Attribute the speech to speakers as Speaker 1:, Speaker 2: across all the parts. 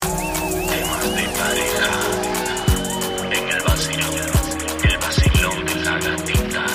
Speaker 1: Temas de pareja en el vacilón, el vacilón de la gatita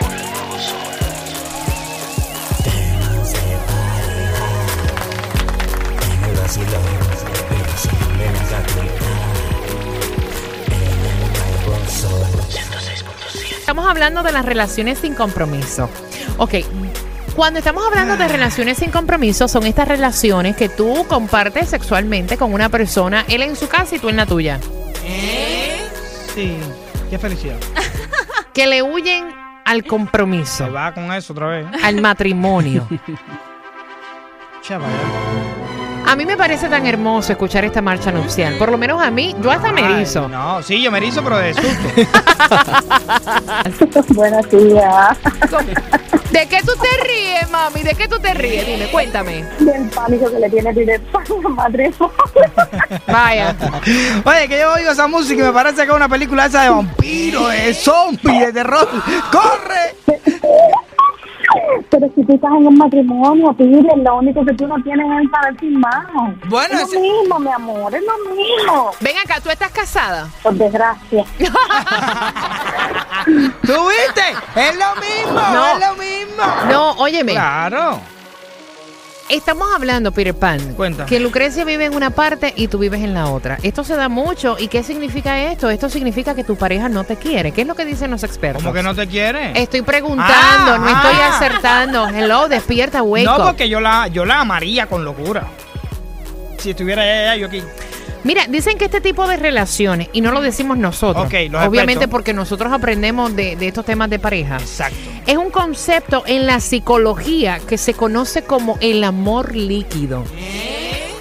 Speaker 1: por el nuevo sol.
Speaker 2: Estamos hablando de las relaciones sin compromiso. Ok. Cuando estamos hablando de relaciones sin compromiso, son estas relaciones que tú compartes sexualmente con una persona, él en su casa y tú en la tuya.
Speaker 3: Sí, qué felicidad.
Speaker 2: Que le huyen al compromiso,
Speaker 3: Se va con eso otra vez.
Speaker 2: al matrimonio.
Speaker 3: Chaval.
Speaker 2: A mí me parece tan hermoso escuchar esta marcha nupcial. Por lo menos a mí, yo hasta me erizo.
Speaker 3: No, sí, yo me erizo, pero de susto.
Speaker 4: Buenos días.
Speaker 2: ¿De qué tú te ríes, mami? ¿De qué tú te ríes? Dime, cuéntame.
Speaker 4: Del pánico que le tiene Peter Pan al matrimonio.
Speaker 2: Vaya.
Speaker 3: Oye, que yo oigo esa música y me parece que es una película esa de vampiro, de zombie, de terror. ¡Corre!
Speaker 4: Pero si tú estás en un matrimonio, Peter, lo único que tú no tienes es saber sin mano.
Speaker 3: Bueno,
Speaker 4: es lo
Speaker 3: ese-
Speaker 4: mismo, mi amor, es lo mismo.
Speaker 2: Ven acá, tú estás casada.
Speaker 4: Por desgracia.
Speaker 3: ¿Tú viste? Es lo mismo,
Speaker 2: No.
Speaker 3: es lo mismo.
Speaker 2: No, óyeme.
Speaker 3: Claro.
Speaker 2: Estamos hablando, Peter Pan,
Speaker 3: Cuenta.
Speaker 2: que Lucrecia vive en una parte y tú vives en la otra. Esto se da mucho. ¿Y qué significa esto? Esto significa que tu pareja no te quiere. ¿Qué es lo que dicen los expertos?
Speaker 3: Como que no te quiere.
Speaker 2: Estoy preguntando,
Speaker 3: Ah,
Speaker 2: no estoy
Speaker 3: ah.
Speaker 2: acertando. Hello, despierta, wake
Speaker 3: No,
Speaker 2: up.
Speaker 3: porque yo la, yo la amaría con locura. Si estuviera ella, yo aquí.
Speaker 2: Mira, dicen que este tipo de relaciones, y no lo decimos nosotros,
Speaker 3: Ok, los
Speaker 2: obviamente
Speaker 3: expertos.
Speaker 2: porque nosotros aprendemos de, de estos temas de pareja,
Speaker 3: Exacto.
Speaker 2: es un concepto en la psicología que se conoce como el amor líquido.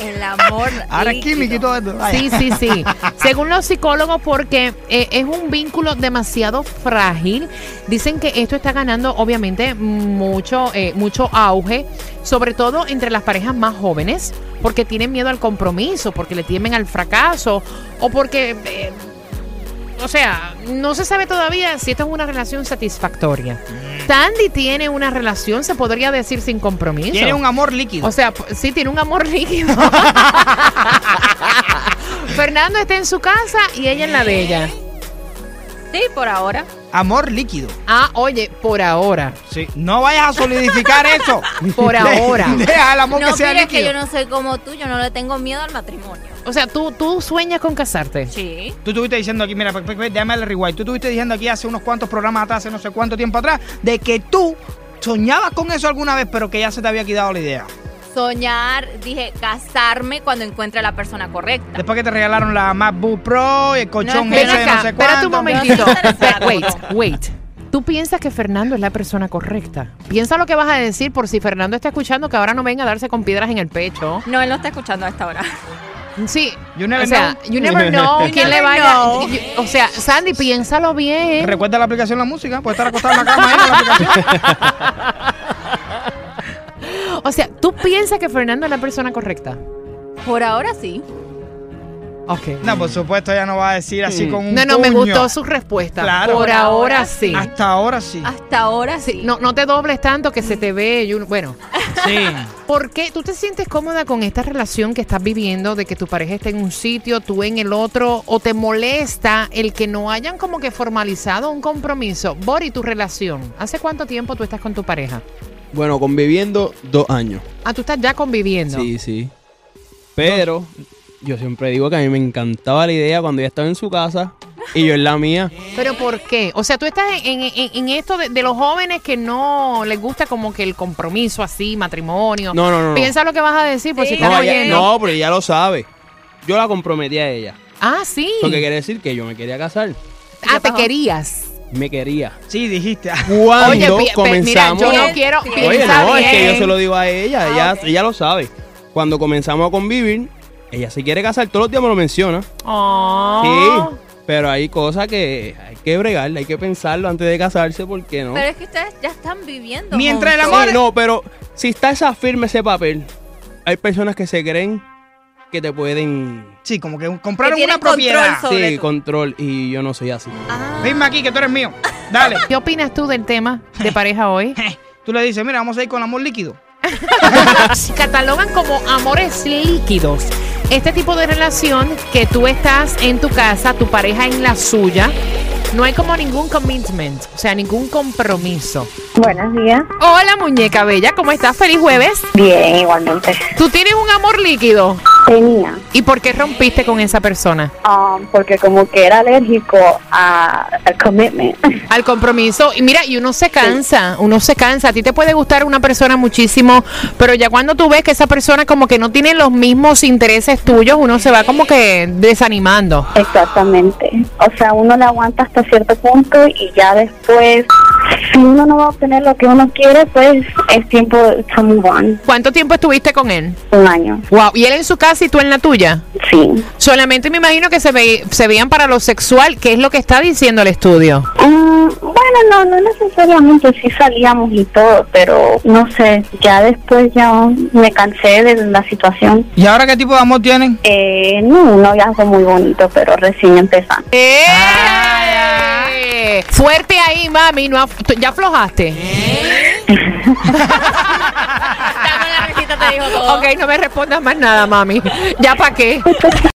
Speaker 5: El amor.
Speaker 3: Ahora aquí,
Speaker 5: líquido.
Speaker 3: mi quito esto. Vaya.
Speaker 2: Sí, sí, sí. Según los psicólogos, porque eh, es un vínculo demasiado frágil. Dicen que esto está ganando, obviamente, mucho, eh, mucho auge, sobre todo entre las parejas más jóvenes, porque tienen miedo al compromiso, porque le temen al fracaso, o porque, eh, o sea, no se sabe todavía si esto es una relación satisfactoria.
Speaker 3: Mm.
Speaker 2: Tandy tiene una relación, se podría decir, sin compromiso.
Speaker 3: Tiene un amor líquido.
Speaker 2: O sea, p- sí, tiene un amor líquido. Fernando está en su casa y ella en la de ella.
Speaker 5: Sí, por ahora.
Speaker 3: Amor líquido.
Speaker 2: Ah, oye, por ahora.
Speaker 3: Sí, no vayas a solidificar eso.
Speaker 2: Por
Speaker 3: De-
Speaker 2: ahora.
Speaker 3: Deja el amor
Speaker 5: no
Speaker 3: que sea
Speaker 5: mires que
Speaker 3: líquido.
Speaker 5: yo no soy como tú, yo no le tengo miedo al matrimonio.
Speaker 2: O sea, tú, tú sueñas con casarte.
Speaker 5: Sí.
Speaker 3: Tú estuviste diciendo aquí, mira, pe- pe- pe- déjame el rewind. Tú estuviste diciendo aquí hace unos cuantos programas atrás, hace no sé cuánto tiempo atrás, de que tú soñabas con eso alguna vez, pero que ya se te había quitado la idea.
Speaker 5: Soñar, dije, casarme cuando encuentre a la persona correcta.
Speaker 3: Después que te regalaron la MacBook Pro y el colchón
Speaker 5: No,
Speaker 3: ese
Speaker 2: Ven
Speaker 5: espera
Speaker 3: de no
Speaker 2: acá,
Speaker 3: sé
Speaker 2: espera
Speaker 3: cuánto.
Speaker 2: un momentito.
Speaker 5: No estoy interesada,
Speaker 2: Wait,
Speaker 5: no.
Speaker 2: wait. ¿Tú piensas que Fernando es la persona correcta? Piensa lo que vas a decir por si Fernando está escuchando que ahora no venga a darse con piedras en el pecho.
Speaker 5: No, él no está escuchando a esta hora.
Speaker 2: Sí.
Speaker 3: You never
Speaker 2: o sea,
Speaker 3: know.
Speaker 2: you never know
Speaker 5: You
Speaker 2: quién le
Speaker 5: never
Speaker 2: vaya.
Speaker 5: know.
Speaker 2: y- O sea, Sandy, piénsalo bien.
Speaker 3: Recuerda la aplicación La Música, puede estar acostado en la cama ahí en la aplicación.
Speaker 2: O sea, ¿tú piensas que Fernando es la persona correcta?
Speaker 5: Por ahora sí.
Speaker 2: Ok.
Speaker 3: No, pues, por supuesto, ella no va a decir así con un
Speaker 2: No, no, me
Speaker 3: puño.
Speaker 2: gustó su respuesta.
Speaker 3: Claro.
Speaker 2: Por ahora sí.
Speaker 3: Hasta ahora sí.
Speaker 5: Hasta ahora sí.
Speaker 2: Sí, No, no te dobles tanto que se te ve. Jun- Bueno,
Speaker 3: Sí.
Speaker 2: ¿por qué tú te sientes cómoda con esta relación que estás viviendo de que tu pareja esté en un sitio, tú en el otro, o te molesta el que no hayan como que formalizado un compromiso? Bori, tu relación. ¿Hace cuánto tiempo tú estás con tu pareja?
Speaker 6: Bueno, conviviendo dos años.
Speaker 2: Ah, tú estás ya conviviendo.
Speaker 6: Sí, sí. Pero yo siempre digo que a mí me encantaba la idea cuando ella estaba en su casa y yo en la mía.
Speaker 2: ¿Pero por qué? O sea, tú estás en, en- en- en esto de, de los jóvenes que no les gusta como que el compromiso así, matrimonio.
Speaker 6: No, no, no. no.
Speaker 2: Piensa lo que vas a decir por si
Speaker 5: Sí.
Speaker 2: estás
Speaker 6: no, ella-
Speaker 2: oyendo.
Speaker 6: no, pero ella lo sabe. Yo la comprometí a ella.
Speaker 2: Ah, sí.
Speaker 6: Lo que quiere decir que yo me quería casar.
Speaker 2: Ah, te
Speaker 5: Ya pasó.
Speaker 2: querías.
Speaker 6: Me quería.
Speaker 3: Sí, dijiste.
Speaker 6: Cuando
Speaker 2: pi- pe- mira,
Speaker 6: Ah, comenzamos.
Speaker 2: yo no
Speaker 5: Bien,
Speaker 2: quiero.
Speaker 5: bien.
Speaker 6: Oye,
Speaker 2: piensa
Speaker 6: no, es que yo
Speaker 2: bien.
Speaker 6: se lo digo a ella.
Speaker 5: Ah,
Speaker 6: ella,
Speaker 5: ok.
Speaker 6: ella lo sabe. Cuando comenzamos a convivir, ella se quiere casar. Todos los días me lo menciona.
Speaker 2: Oh.
Speaker 6: Sí, pero hay cosas que hay que bregarle, hay que pensarlo antes de casarse, porque no?
Speaker 5: Pero es que ustedes ya están viviendo.
Speaker 3: Mientras el
Speaker 6: Sí,
Speaker 3: amor-
Speaker 6: no, pero si está esa firme ese papel, hay personas que se creen que te pueden...
Speaker 3: Sí, como que compraron
Speaker 5: tienen
Speaker 3: una propiedad.
Speaker 5: control Sobre
Speaker 6: sí,
Speaker 5: tú.
Speaker 6: control. Y yo no soy así.
Speaker 5: Ah,
Speaker 3: Firma aquí que tú eres mío. Dale.
Speaker 2: ¿Qué opinas tú del tema de pareja hoy?
Speaker 3: Tú le dices, mira, vamos a ir con amor líquido.
Speaker 2: catalogan como amores líquidos. Este tipo de relación que tú estás en tu casa, tu pareja en la suya, no hay como ningún commitment, o sea, ningún compromiso.
Speaker 4: Buenos días.
Speaker 2: Hola muñeca bella, ¿cómo estás? Feliz jueves.
Speaker 4: Bien, igualmente.
Speaker 2: Tú tienes un amor líquido.
Speaker 4: Tenía,
Speaker 2: ¿Y por qué rompiste con esa persona?
Speaker 4: ah, porque como que era alérgico a, al commitment.
Speaker 2: Al compromiso. Y mira, y uno se cansa, uno se cansa. A ti te puede gustar una persona muchísimo, pero ya cuando tú ves que esa persona como que no tiene los mismos intereses tuyos, uno se va como que desanimando.
Speaker 4: Exactamente. O sea, uno la aguanta hasta cierto punto y ya después, si uno no va a obtener lo que uno quiere, pues es tiempo to move on.
Speaker 2: ¿Cuánto tiempo estuviste con él?
Speaker 4: Un año.
Speaker 2: Wow, y él en su casa y tú en la tuya.
Speaker 4: Sí.
Speaker 2: Solamente me imagino que se, ve- se veían para lo sexual, que es lo que está diciendo el estudio.
Speaker 4: Mm, bueno, no, no necesariamente, sí salíamos y todo, pero no sé, ya después ya me cansé de la situación.
Speaker 3: ¿Y ahora qué tipo de amor tienen?
Speaker 4: Eh, no, un noviazgo muy bonito, pero recién empezando.
Speaker 2: ¡Eh! Fuerte ahí, mami. No af- ¿Ya aflojaste?
Speaker 5: dame la receta, te dijo todo. Oh.
Speaker 2: Ok, no me respondas más nada, mami. ¿Ya para qué?